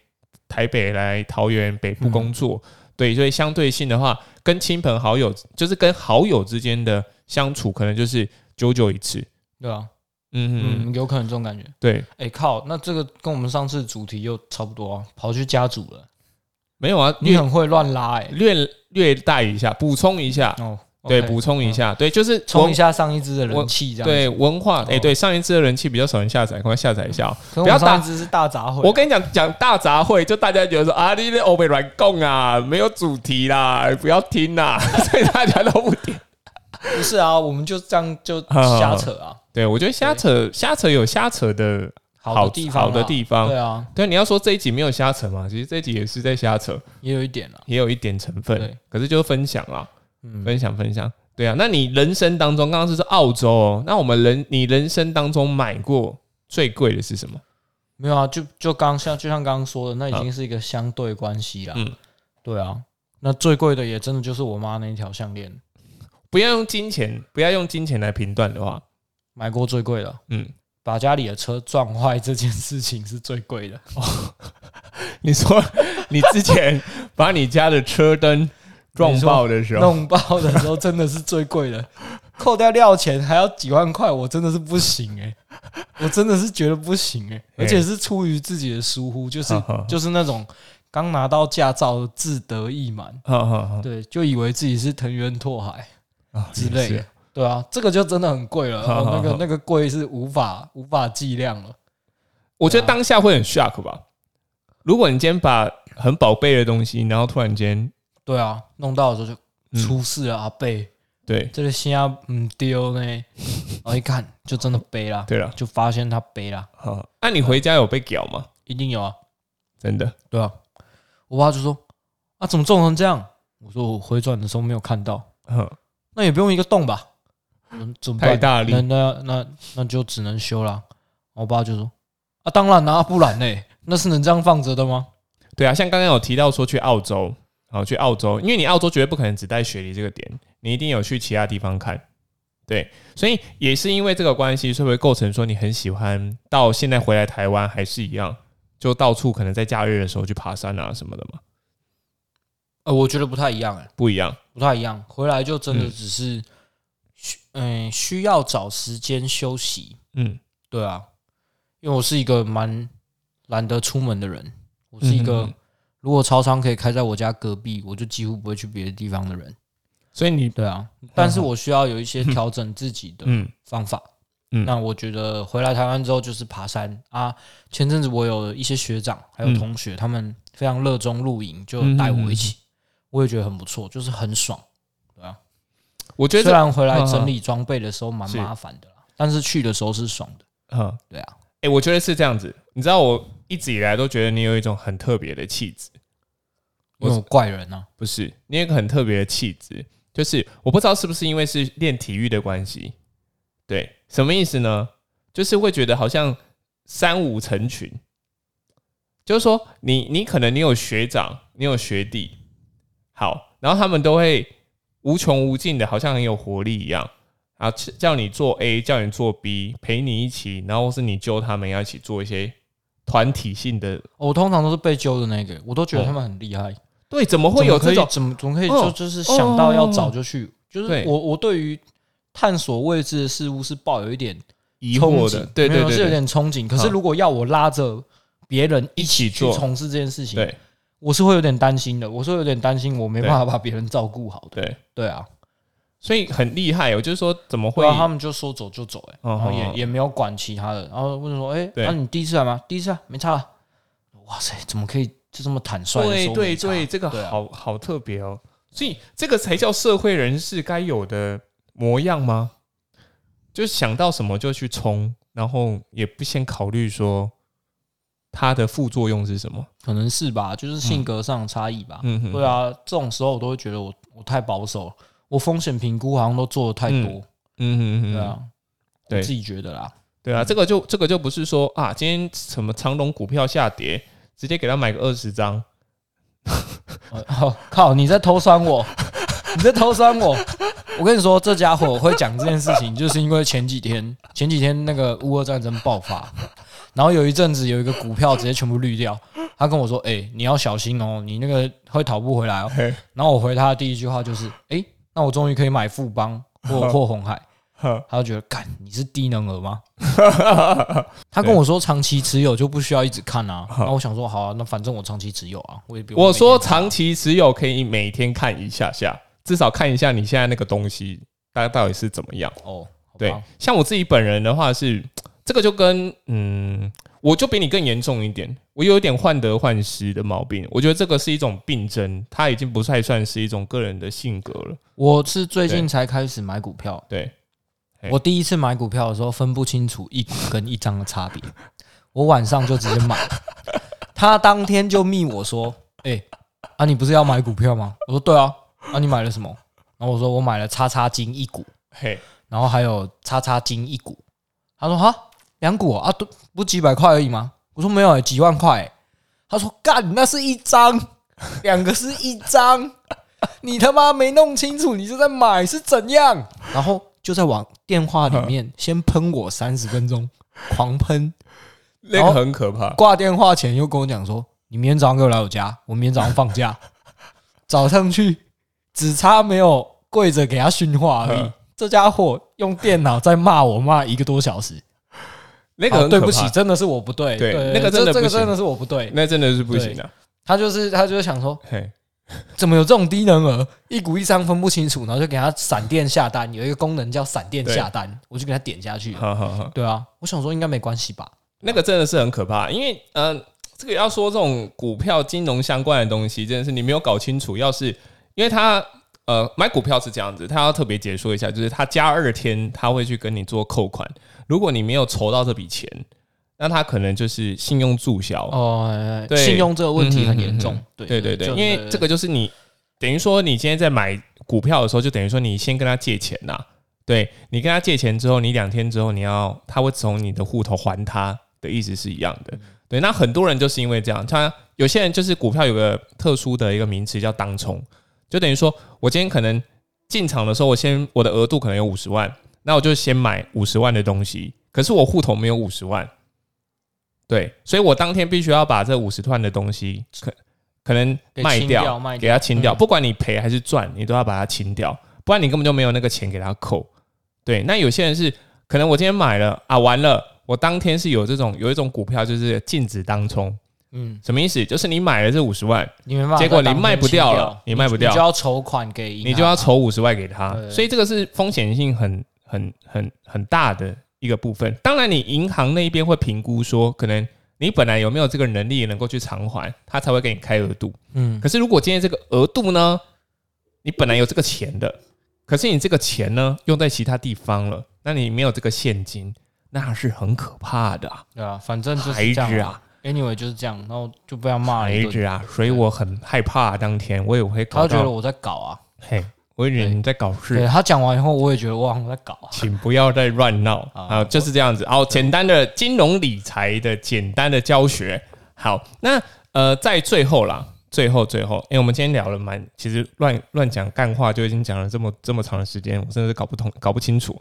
台北、来桃园北部工作，嗯对，所以相对性的话，跟亲朋好友，就是跟好友之间的相处，可能就是久久一次，对啊，嗯嗯，嗯，有可能这种感觉。对。哎、靠，那这个跟我们上次主题又差不多啊，跑去家族了，没有啊，你很会乱拉哎、略略带一下，补充一下，哦，对， OK 补充一下，对，就是冲一文下上一支的我人气，这样对子。文化，哎、哦对，上一次的人气比较少人下载，赶快下载一下、哦。可是我不要们上打一支是大杂烩啊，我跟你讲，讲大杂烩，就大家觉得说啊，你那欧美软供啊，没有主题啦，不要听啦，所以大家都不听。不是啊，我们就这样就好好瞎扯啊，对，我觉得瞎扯瞎扯有瞎扯的好的地方啊，好的地方对啊，对，你要说这一集没有瞎扯嘛，其实这一集也是在瞎扯，也有一点啊，也有一点成分对，可是就是分享啦。嗯，分享分享。对啊，那你人生当中，刚刚是说澳洲哦，那我们人你人生当中买过最贵的是什么？没有啊，就就刚像就像刚刚说的，那嗯已经是一个相对关系啦，嗯对啊，那最贵的也真的就是我妈那一条项链，不要用金钱，不要用金钱来评断的话，买过最贵的，嗯，把家里的车撞坏这件事情是最贵的，你说你之前把你家的车灯撞爆的时 候，弄爆的时候真的是最贵的， 扣掉料钱还要几万块，我真的是不行哎、我真的是觉得不行哎、哎而且是出于自己的疏忽，就是好好好就是那种刚拿到驾照的自得意满，好好好对，就以为自己是藤原拓海啊之类也的是，对啊，这个就真的很贵了，好好哦那个好那个贵是无法无法计量了，我觉得当下会很 shock 吧。如果你今天把很宝贝的东西，然后突然间对啊，弄到的时候嗯就出事了，阿贝，对这个虾嗯丢 呢，然后一看就真的背啦，对了，就发现他背啦，好，那、你回家有被屌吗？一定有啊。真的，对啊，我爸就说啊，怎么撞成这样？我说我回转的时候没有看到，哼那也不用一个洞吧？嗯，怎么办太大力那那那那就只能修啦。我爸就说啊，当然啦、不然呢、那是能这样放着的吗？对啊，像刚刚有提到说去澳洲，好去澳洲，因为你澳洲绝对不可能只带雪梨这个点，你一定有去其他地方看。对，所以也是因为这个关系，所以会构成说你很喜欢到现在回来台湾还是一样，就到处可能在假日的时候去爬山啊什么的嘛，呃，我觉得不太一样哎、不一样。不太一样。回来就真的嗯只是需嗯、需要找时间休息。嗯对啊，因为我是一个蛮懒得出门的人，我是一嗯个哼如果超商可以开在我家隔壁，我就几乎不会去别的地方的人。所以你对啊，但是我需要有一些调整自己的嗯方法。嗯那我觉得回来台湾之后就是爬山啊。前阵子我有一些学长还有嗯同学，他们非常热衷露营，就嗯带嗯我一嗯起，我也觉得很不错，就是很爽。我觉虽得然回来嗯嗯整理装备的时候蛮是麻烦的啦，但是去的时候是爽的。哈，对啊，哎、我觉得是这样子。你知道我一直以来都觉得你有一种很特别的气质，因为我怪人啊，不是你有一个很特别的气质，就是我不知道是不是因为是练体育的关系，对，什么意思呢？就是会觉得好像三五成群，就是说你你可能你有学长，你有学弟，好，然后他们都会无穷无尽的，好像很有活力一样。啊，叫你做 A，叫你做 B，陪你一起，然后或是你揪他们要一起做一些团体性的。我通常都是被揪的那个，我都觉得他们很厉害。对，怎么会有怎么可这以种？怎么怎么可以哦就就是想到要找就去？就是对我我对于探索未知的事物是抱有一点疑惑憧的憬，对对没有对是有对点憧憬。可是嗯如果要我拉着别人一一起去做从事这件事情，对我是会有点担心的，我是会有点担心我没办法把别人照顾好的。对，对啊，所以很厉害哦。我就是说，怎么会对啊，他们就说走就走、欸，嗯然后嗯嗯也也没有管其他的，然后问说，哎、那、对你第一次来吗？第一次啊，没差啊。哇塞，怎么可以就这么坦率的对说对没差对，这个对啊好好特别哦。所以这个才叫社会人士该有的模样吗？就想到什么就去冲，然后也不先考虑说它的副作用是什么。可能是吧，就是性格上的差异吧。嗯哼，对啊，这种时候我都会觉得我我太保守了，我风险评估好像都做的太多，嗯哼嗯对哼，啊，对我自己觉得啦，对啊，这个就这个就不是说啊，今天什么长隆股票下跌，直接给他买个二十张，呃哦靠，你在偷酸我， 你在偷酸我。我跟你说，这家伙会讲这件事情，就是因为前几天前几天那个乌俄战争爆发，然后有一阵子有一个股票直接全部绿掉。他跟我说：“哎、你要小心哦，你那个会讨不回来哦。嘿”然后我回他的第一句话就是：“哎、那我终于可以买富邦或或红海。”呵他就觉得，干你是低能儿吗？ 他跟我说长期持有就不需要一直看啊。然后我想说，好啊，那反正我长期持有啊，我也不用我每天说看啊长期持有可以每天看一下下，至少看一下你现在那个东西大概到底是怎么样。哦，好吧对，像我自己本人的话是，这个就跟嗯，我就比你更严重一点，我有一点患得患失的毛病。我觉得这个是一种病症，它已经不太算是一种个人的性格了。我是最近才开始买股票。对，对我第一次买股票的时候分不清楚一股跟一张的差别， 我晚上就直接买了。他当天就密我说：“哎、啊，你不是要买股票吗？”我说：“对啊。”啊，你买了什么？然后我说：“我买了叉叉金一股，嘿，然后还有叉叉金一股。”他说：“哈，两股哦啊，都不几百块而已吗？”我说：“没有、欸，几万块、欸。”他说：“干，那是一张， 两个是一张，你他妈没弄清楚你是在买是怎样？”然后就在往电话里面先喷我三十分钟，狂喷。那个很可怕。挂电话前又跟我讲说：“你明天早上给我来我家，我明天早上放 假。”早上去，只差没有跪着给他训话而已嗯。这家伙用电脑在骂我，骂一个多小时。那那个很可对怕不起，真的是我不对。对对，那个真的这这个不行真的是我不对。那真的是不行的、他就是他就是想说，嘿，怎么有这种低能儿，一股一张分不清楚，然后就给他闪电下单，有一个功能叫闪电下单，我就给他点下去了。好好好，对啊，我想说应该没关系吧。那个真的是很可怕，因为呃，这个要说这种股票、金融相关的东西，真的是你没有搞清楚。要是因为他呃买股票是这样子，他要特别解说一下，就是他加二天他会去跟你做扣款，如果你没有筹到这笔钱，那他可能就是信用注销。哦、对信用这个问题很严重。嗯哼对对对对，就因为这个就是你等于说你今天在买股票的时候，就等于说你先跟他借钱呐、对你跟他借钱之后，你两天之后你要他会从你的户头还他的意思是一样嗯的。对，那很多人就是因为这样，他有些人就是股票有个特殊的一个名词叫当冲，就等于说我今天可能进场的时候，我先我的额度可能有五十万，那我就先买五十万的东西，可是我户头没有五十万，对，所以我当天必须要把这五十万的东西可可能给卖清掉，掉卖给掉它清掉，嗯不管你赔还是赚，你都要把它清掉，不然你根本就没有那个钱给他扣。对，那有些人是可能我今天买了啊，完了，我当天是有这种有一种股票就是禁止当冲，嗯，什么意思？就是你买了这五十万，你没办法，结果你当天卖不清掉掉了你卖不掉你就要筹款给银行你就要筹五十万给他啊对，所以这个是风险性很很很很大的一个部分。当然，你银行那一边会评估说，可能你本来有没有这个能力能够去偿还，他才会给你开额度。嗯可是如果今天这个额度呢，你本来有这个钱的，可是你这个钱呢用在其他地方了，那你没有这个现金，那是很可怕的、啊，对啊，反正就是孩这样子嘛啊， Anyway 就是这样，然后就被他骂了孩一顿，子啊！所以我很害怕、当天我也会他搞就觉得到，我在搞啊。嘿，我以为你在搞事对。他讲完以后，我也觉得我好像在搞 啊。请不要再乱闹好 啊！就是这样子。哦，简单的金融理财的简单的教学。好，那呃，在最后啦，最后最后，因为我们今天聊了蛮，其实乱乱讲干话就已经讲了这么这么长的时间，我真的是搞不通、搞不清楚。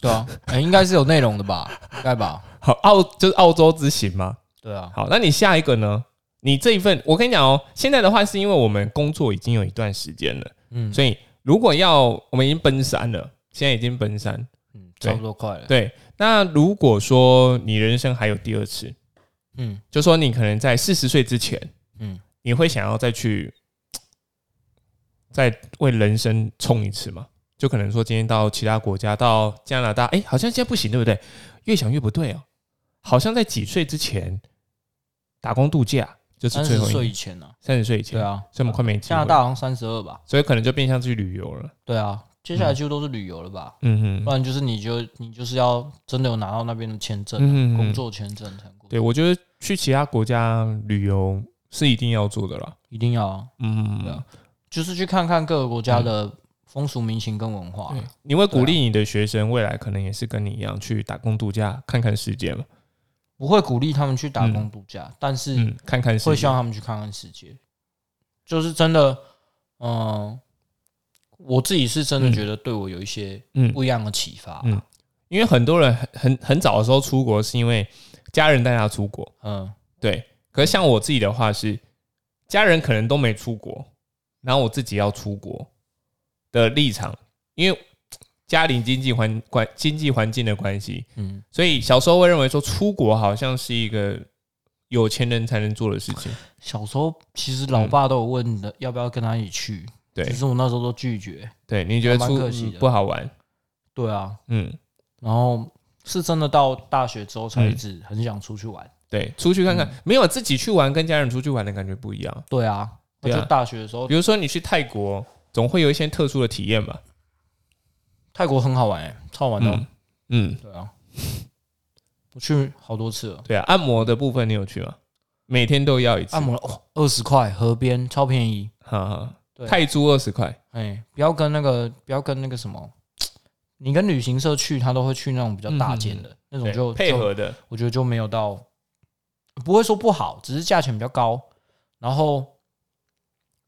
对啊，哎，应该是有内容的吧？应该吧？好，澳就是澳洲之行嘛。对啊，好，那你下一个呢？你这一份，我跟你讲哦，现在的话是因为我们工作已经有一段时间了，嗯，所以。如果要我们已经奔三了，现在已经奔三，嗯，差不多快了。对。那如果说你人生还有第二次，嗯就说你可能在四十岁之前，嗯，你会想要再去再为人生冲一次吗？就可能说今天到其他国家，到加拿大，哎、好像现在不行，对不对？越想越不对哦，好像在几岁之前打工度假就是三最十后岁一以前呢？三十岁以前，对啊，所以我们快没机加会拿，大好像三十二吧？所以可能就变相去旅游了。对啊，接下来就都是旅游了吧？嗯不哼，然就是你就你就是要真的有拿到那边的签证，嗯哼工作签证才能过，对，我觉得去其他国家旅游是一定要做的啦。一定要啊，嗯对，啊就是去看看各个国家的风俗民情跟文化对。，啊你会鼓励你的学生未来可能也是跟你一样去打工度假，看看世界嘛？不会鼓励他们去打工度假，但是嗯，看看世界。会希望他们去看看世界。就是真的，嗯、我自己是真的嗯觉得对我有一些嗯，不一样的启发。嗯嗯因为很多人很很很早的时候出国，是因为家人带他出国，嗯对。可是像我自己的话是，家人可能都没出国，然后我自己要出国的立场，因为家庭经济环关经济环境的关系，嗯，所以小时候会认为说出国好像是一个有钱人才能做的事情，小时候其实老爸都有问的，要不要跟他一起去，嗯对只是我那时候都拒绝。对？你觉得蛮出可惜的嗯不好玩？对啊，嗯，然后是真的到大学之后才一直很想出去玩。对，出去看看，没有自己去玩跟家人出去玩的感觉不一样。对啊，那对啊就大学的时候，比如说你去泰国，总会有一些特殊的体验吧？泰国很好玩、欸，超好玩的哦。嗯嗯，对啊，我去好多次了。对啊，按摩的部分你有去吗？每天都要一次，按摩哦，二十块，河边超便宜。哈哈，对泰铢二十块，哎、不要跟那个，不要跟那个什么，你跟旅行社去，他都会去那种比较大件的、那嗯种对就，配就合的，我觉得就没有到，不会说不好，只是价钱比较高，然后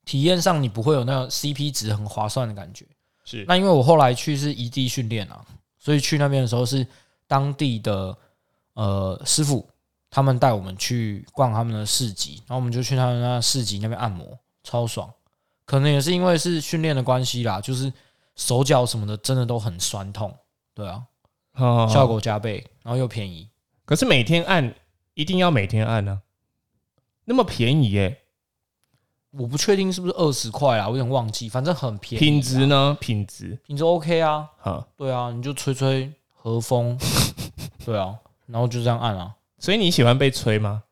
体验上你不会有那个 CP 值很划算的感觉。是那因为我后来去是异地训练啊，所以去那边的时候是当地的呃师傅，他们带我们去逛他们的市集，然后我们就去他们那市集那边按摩，超爽。可能也是因为是训练的关系啦，就是手脚什么的真的都很酸痛，对啊，哦效。果加倍，然后又便宜。可是每天按，一定要每天按啊，那么便宜耶、我不确定是不是二十块啦，我有点忘记，反正很便宜啦，啊品质呢？品质品质 OK 啊，哈，对啊，你就吹吹和风，对啊，然后就这样按啊， 所以你喜欢被吹吗？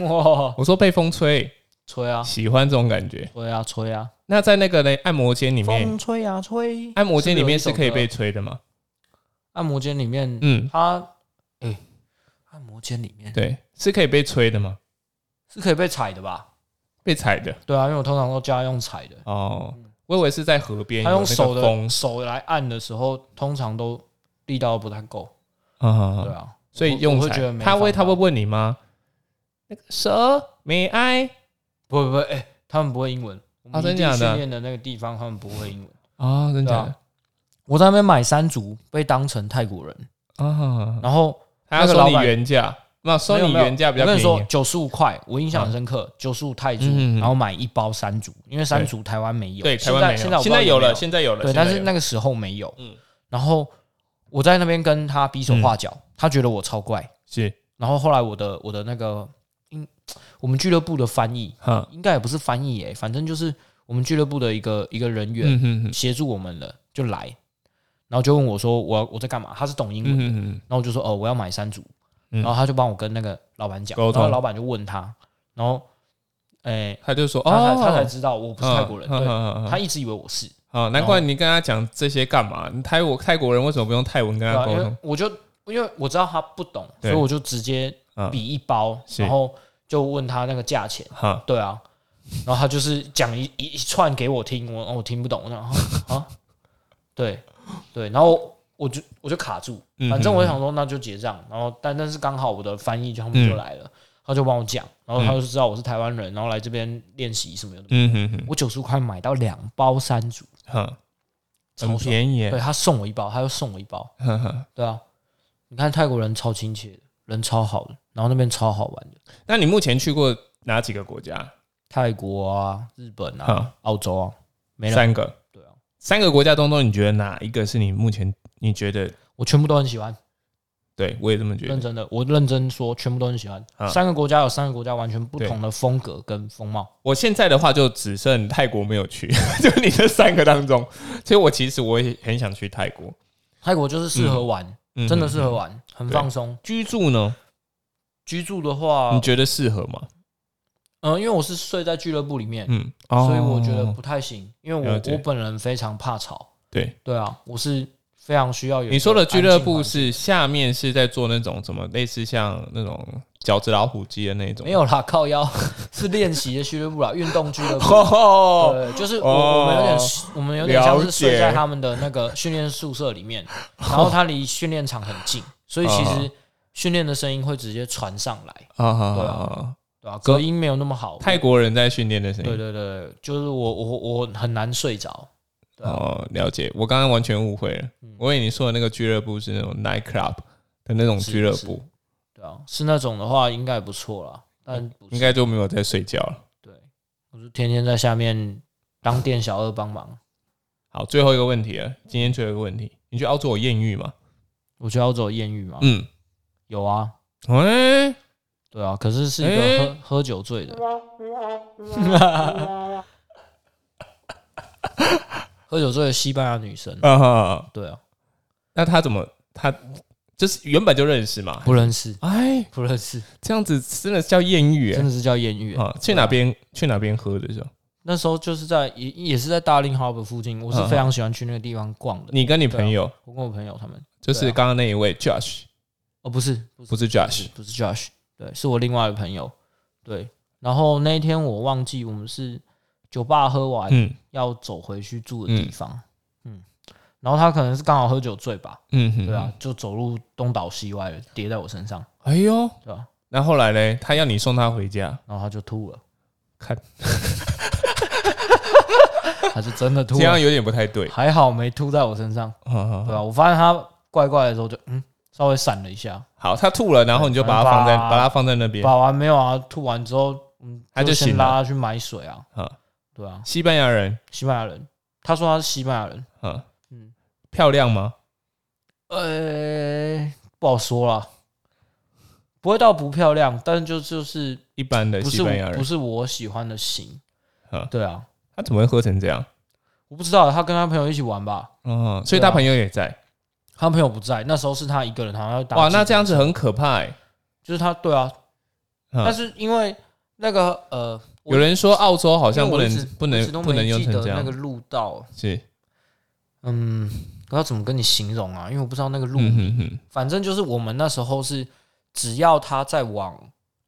哇，我说被风吹，吹啊，喜欢这种感觉。吹啊，吹啊，那在那个呢，按摩间里面，风吹啊吹。按摩间里面是是有一首可以被歌吹的吗？按摩间里面，嗯，它哎、按摩间里面对，是可以被吹的吗？是可以被踩的吧？被踩的对啊，因为我通常都家用踩的，哦，我以为是在河边，他有用那个手风的手来按的时候，通常都力道不太够。啊啊啊对啊，所以我用我会觉才得没他会办法他会问你吗？那个蛇没挨不不不，哎、他们不会英文，我们啊真异地假的训练的那个地方他们不会英文。啊，真对假啊的我在那边买山竹，被当成泰国人，啊？然后他要那个收老你板原价，那收你没有没有原价比较我跟便你说，宜。九十五块，我印象很深刻，九十五泰铢嗯嗯嗯，然后买一包山竹，因为山竹台湾没有，对，台现湾在没现有，我不现知道在有有没了，有现在有了。对，但是现在有那个时候没有，嗯然后我在那边跟他比手画嗯脚，他觉得我超怪，是然后后来我的我的那个嗯，我们俱乐部的翻译哈，应该也不是翻译诶、反正就是我们俱乐部的一个一个人员，嗯哼哼，协助我们了，就来，然后就问我说我我在干嘛？他是懂英文，嗯哼哼，然后我就说哦我要买山竹，嗯然后他就帮我跟那个老板讲，沟然通后老板就问他，然后诶、他就说他才、哦，他才知道我不是泰国人，嗯嗯对，嗯嗯他一直以为我是，哦，难怪你跟他讲这些干嘛？你泰国泰国人为什么不用泰文跟对他啊，沟因为通？我就因为我知道他不懂，对所以我就直接嗯比一包，是然后就问他那个价钱，哈，对啊，然后他就是讲一一一串给我听，我哦我听不懂，我想啊啊，对对，然后我就我就卡住，嗯反正我想说那就结账，然后但但是刚好我的翻译就他们就来嗯了，他就帮我讲，然后他就知道我是台湾人，然后来这边练习什么的。嗯哼哼，我九十块买到两包山竹，哈，超很爽便宜耶，对他送我一包，他又送我一包，哈哈。对啊，你看泰国人超亲切的，人超好的，然后那边超好玩的，那你目前去过哪几个国家？泰国啊、日本啊、哈，澳洲啊，没了，嗯三个，对啊，三个国家当中，你觉得哪一个是你目前你觉得？我全部都很喜欢，对我也这么觉认得。真的，我认真说，全部都很喜欢。啊三个国家有三个国家完全不对同的风格跟风貌。我现在的话就只剩泰国没有去， 就你这三个当中，所以我其实我也很想去泰国，泰国就是适合玩，嗯真的适合嗯玩，很对放松。居住呢？居住的话你，觉得适合吗？嗯、因为我是睡在俱乐部里面，嗯，所以我觉得哦不太行，因为了解我我本人非常怕吵。对。对啊，我是非常需要有一个你说的俱乐部安静环是下面是在做那种什么类似像那种饺子老虎机的那境种？没有啦，靠腰 是练习的俱乐部啦，运动俱乐 部。哦， 对，就是我、哦我们有点，我们有点像了是解睡在他们的那个训练宿舍 里面，然后它离训练场很近，所以其实训练的声音会直接传上来，啊啊对啊啊！对吧、隔音没有那么好。泰国人在训练的声对音。对对，就是我我我很难睡着。对啊嗯哦，了解。我刚刚完全误会了，我以为你说的那个俱乐部是那种 night club 的那种是俱乐是部，对啊，是那种的话应该不错啦，但不是嗯应该就没有在睡觉了。对，我就天天在下面当店小二帮忙。好，最后一个问题了，今天最后一个问题，你去澳洲有艳遇吗？我去澳洲有艳遇嘛，嗯，有啊，哎、对啊，可是是一诶个喝、喝酒 醉的，喝酒醉的西班牙女生，啊哈，对啊，那他怎么他就是原本就认识嘛？不认识，哎，不认识，这样子真的叫艳遇哎、真的是叫艳遇、欸。啊，去哪边、去哪边喝的时候，那时候就是在也也是在大令哈 a 附近，我是非常喜欢去那个地方逛的。嗯你跟你朋友、我跟我朋友他们，就是啊对啊刚刚那一位 Josh，哦，不是，不是，不是 Josh，不是 Josh，对，是我另外的朋友，对。然后那一天我忘记我们是酒吧喝完，嗯要走回去住的地方，嗯然后他可能是刚好喝酒醉吧，嗯哼，对啊，，就走路东倒西歪了，跌在我身上，哎呦，对吧、那后来呢？他要你送他回家，然后他就吐 了，看他是真的吐这样嗯了，哦有点不太 对，还好没吐在我身上，哈哈哈对吧、我发现他怪怪的时候就嗯稍微闪了一下，好，他吐了，然后你就把它放在把把它放在那边。把完没有啊？吐完之后，嗯，他就先醒了拉他去买水啊，啊，对啊，西班牙人，西班牙人，他说他是西班牙人，啊，嗯，漂亮吗？呃，不好说啦，不会到不漂亮，但就就是一般的不西是班牙我不人，是我喜欢的型啊，对啊，他怎么会喝成这样？我不知道他跟他朋友一起玩吧，嗯，所以他朋友也在。他朋友不在，那时候是他一个人，好像要打哇，几那个这样子很可怕欸。就是他对啊，嗯但是因为那个呃，我有人说澳洲好像不因为我一能直不我一能直都不能没用记成得这那个样，路道，是，嗯，我要怎么跟你形容啊？因为我不知道那个路，嗯哼哼反正就是我们那时候是，只要他再往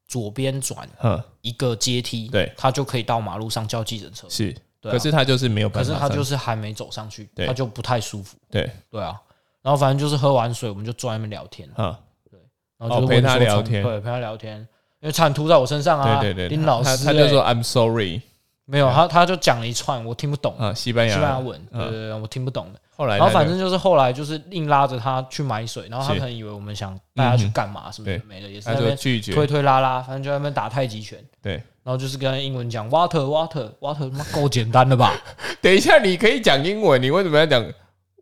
左边转哼，一个阶梯，对，他就可以到马路上叫计程车。是。对啊、可是他就是没有可办是法上，他就是还没走上去，对他就不太舒服。对，对啊，然后反正就是喝完水，我们就坐在那边聊天，啊，然后就哦是陪问他说聊从天对，陪他聊天，因为差点吐在我身上啊。对对对，林老他师欸、他就说 I'm sorry 没有，他他就讲了一串我听不懂啊，西班西牙班牙人。文，嗯对对对，我听不懂的。后来然他后反就正就是后来就是硬拉着他去买水，然后他是嗯可能以为我们想带他去干嘛什么对的没的，也是他在那就边拒绝推，推拉拉，反正就在那边打太极拳。对。然后就是跟他英文讲 water water water，他妈够简单 的吧？等一下，你可以讲英文，你为什么要讲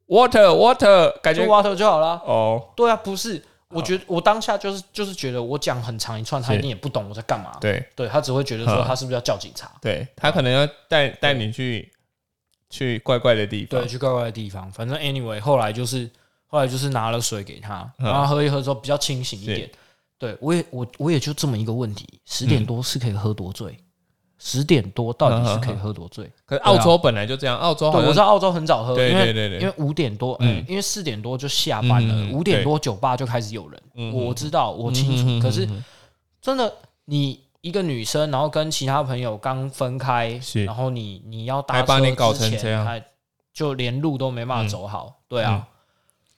water water？感就觉 water 就好啦。哦，对啊，不是，我觉得我当下就是就是觉得我讲很长一串，他是一定也不懂我在干嘛。对嗯对他只会觉得说他是不是要叫警察？对，他可能要带带你去去怪怪的地方对，，去怪怪的地方。反正 anyway，后来就是后来就是拿了水给他，嗯然后他喝一喝之后比较清醒一点是。对我也我我也就这么一个问题，十点嗯多是可以喝多醉，十点多到底是可以喝多醉？哦可是澳洲本来就这样，澳洲好对，我像知道澳洲很早喝，嗯对因为对对对因为五点多，嗯嗯，因为四点多就下班嗯嗯嗯了，五点多酒吧就开始有人，嗯嗯我知道我嗯清嗯嗯嗯楚，可是真的你。一个女生，然后跟其他朋友刚分开，是然后你你要搭还把车你搞之成前这样还就连路都没办法走好，对啊，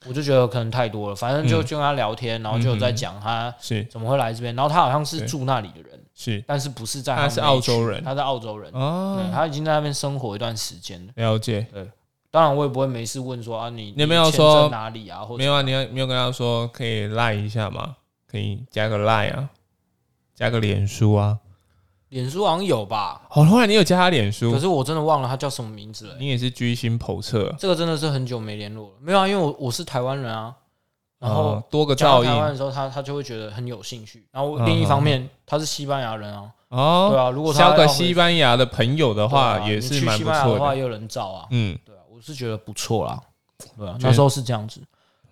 我就觉得可能太多了，反正就嗯就跟他聊天，然后就有在讲他是怎么会来这边，然后他好像是对住那里的人，是但是不是在他们是那澳一区洲人他是澳洲人，对哦，他已经在那边生活一段时间了。了解。当然，我也不会没事问说啊，你你有没有签说证哪里啊，或没者有啊，你要没有跟他说可以赖一下吗？可以加个赖啊，加个脸书啊，脸书好像有吧，哦，后来你有加他脸可书，是我真的忘了他叫什么名字了欸、你也是居心叵测，啊这个真的是很久没联络了。没有啊，因为我我是台湾人啊，然后哦多个讲照到台湾的应时候，他他就会觉得很有兴趣。然后嗯另一方面，他是西班牙人啊，对哦。啊，如果他交个要回西班牙的朋友的对话，啊也你是去蛮西不班牙错的话的。也有人照啊，嗯，对啊，我是觉得不错啦。对啊，觉得那时候是这样子。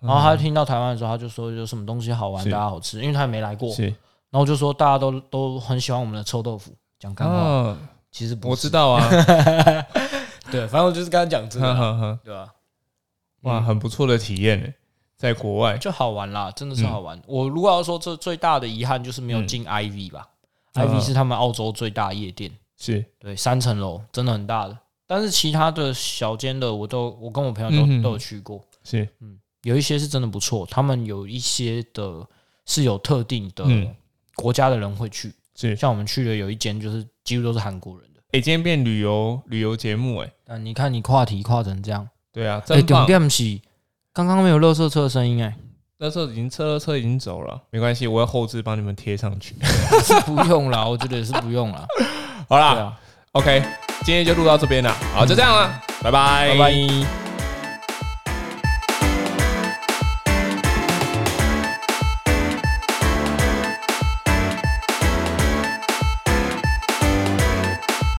然后嗯他听到台湾的时候，他就说有什么东西好玩，是大家好吃，因为他也没来过。是然后我就说大家都都很喜欢我们的臭豆腐，讲干话。哦，其实不我是知，道 啊，对，反正我就是跟他讲这个哈啊，哈哈，对吧？哇，嗯很不错的体验欸，在国外就好玩啦，真的是好玩。我如果要说这最大的遗憾就是没有进 IV 吧、嗯 i v 是他们澳洲最大夜店，是对，三层楼真的很大的。但是其他的小间的我都，我跟我朋友嗯都、哼都有去过，是，有一些是真的不错，他们有一些的是有特定的嗯国家的人会去，是像我们去的有一间就是几乎都是韩国人的。哎，今天变旅游旅游节目哎，但你看你跨题跨成这样，对啊，哎，真重棒。点是刚刚没有垃圾车的声音哎、那时候已经车车已经走了，没关系，我会后置帮你们贴上去。 是不用啦，我觉得也是不用啦。好对啦 啊。哎，OK，今天就录到这边了，好，就这样了，拜拜，拜拜。